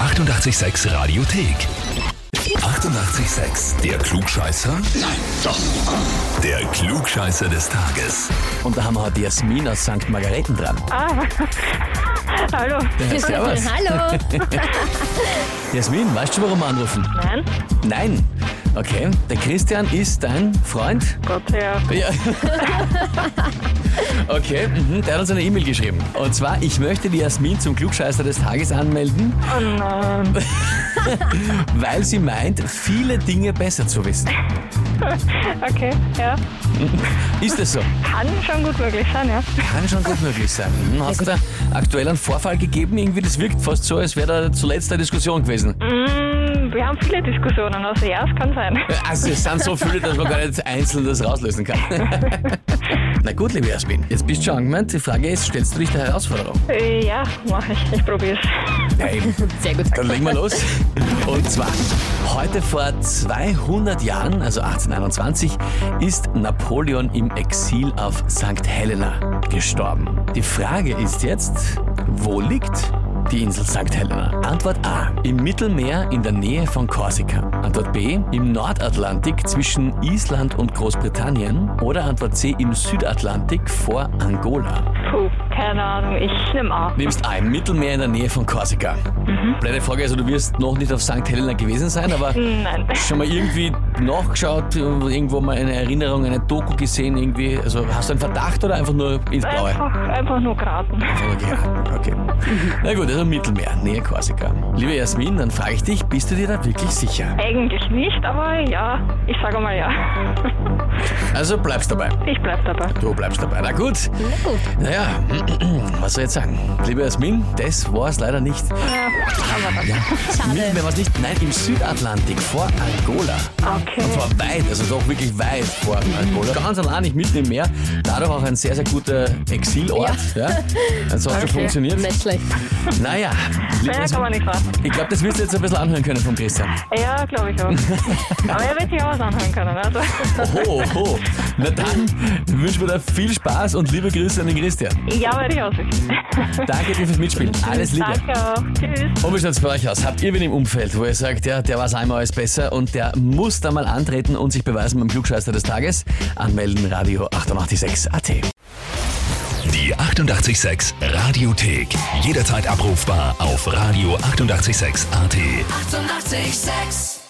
886 Radiothek. 88,6. Der Klugscheißer? Nein, doch. Der Klugscheißer des Tages. Und da haben wir heute Jasmin aus St. Margareten dran. Ah, hallo. Ja, servus. Hallo. Jasmin, weißt du, warum wir anrufen? Nein, Nein. Okay, der Christian ist dein Freund? Gott, ja. Ja. Okay, mhm. der hat uns eine E-Mail geschrieben. Und zwar, ich möchte die Jasmin zum Klugscheißer des Tages anmelden, Oh nein. weil sie meint, viele Dinge besser zu wissen. Okay, ja. Ist das so? Kann schon gut möglich sein, ja. Kann schon gut möglich sein. Hm, Hast du da aktuell einen Vorfall gegeben? Irgendwie, das wirkt fast so, als wäre da zuletzt eine Diskussion gewesen. Mm, wir haben viele Diskussionen, also ja, es kann sein. Also es sind so viele, dass man gar nicht einzeln das rauslösen kann. Na gut, liebe Jasmin, jetzt bist du schon angemeint. Die Frage ist, stellst du dich der Herausforderung? Äh, Ja, mach ich. Ich probier's. Ja, eben. Sehr gut. Dann legen wir los. Und zwar, heute vor 200 Jahren, also 1821, ist Napoleon im Exil auf St. Helena gestorben. Die Frage ist jetzt, wo liegt die Insel St. Helena? Antwort A. Im Mittelmeer in der Nähe von Korsika. Antwort B. Im Nordatlantik zwischen Island und Großbritannien. Oder Antwort C. Im Südatlantik vor Angola. Puh, keine Ahnung. Ich nehme A. Nimmst A. Im Mittelmeer in der Nähe von Korsika. Blöde Frage, also du wirst noch nicht auf St. Helena gewesen sein, aber Nein. schon mal irgendwie nachgeschaut, irgendwo mal eine Erinnerung, eine Doku gesehen, irgendwie. Also hast du einen Verdacht oder einfach nur ins Blaue? Einfach, einfach nur geraten. Einfach nur geraten, Okay. Na gut, also Mittelmeer, Nähe Korsika. Liebe Jasmin, dann frage ich dich, bist du dir da wirklich sicher? Eigentlich nicht, aber ja. Ich sage mal ja. Also bleibst dabei. Ich bleib dabei. Du bleibst dabei. Na gut. Na gut. Naja, was soll ich jetzt sagen? Liebe Jasmin, das war es leider nicht. Ja, Mittelmeer war es nicht. Nein, im Südatlantik vor Angola. Okay. Und zwar weit, also doch wirklich weit vor Mhm. Angola. Ganz allein nicht mitten im Meer. Dadurch auch ein sehr, sehr guter Exilort. Ja. Das hat schon Okay. funktioniert. Nicht schlecht. Naja, liebe Naja, kann man Jasmin, nicht warten. ich glaube, das wirst du jetzt ein bisschen anhören können von Christian. Ja, glaube ich auch. Aber er wird sich auch was anhören können, also. Oho, oho. Na dann wünschen wir dir viel Spaß und liebe Grüße an den Christian. Ja, werde ich ausrichten. Danke dir fürs Mitspielen. Alles Liebe. Danke auch. Tschüss. Und wie schaut's bei euch aus? Habt ihr wen im Umfeld, wo ihr sagt, ja, der weiß einmal alles besser und der muss da mal antreten und sich beweisen beim Klugscheißer des Tages? Anmelden Radio 886 AT. Die 88,6 Radiothek. Jederzeit abrufbar auf radio886.at. 88,6. 886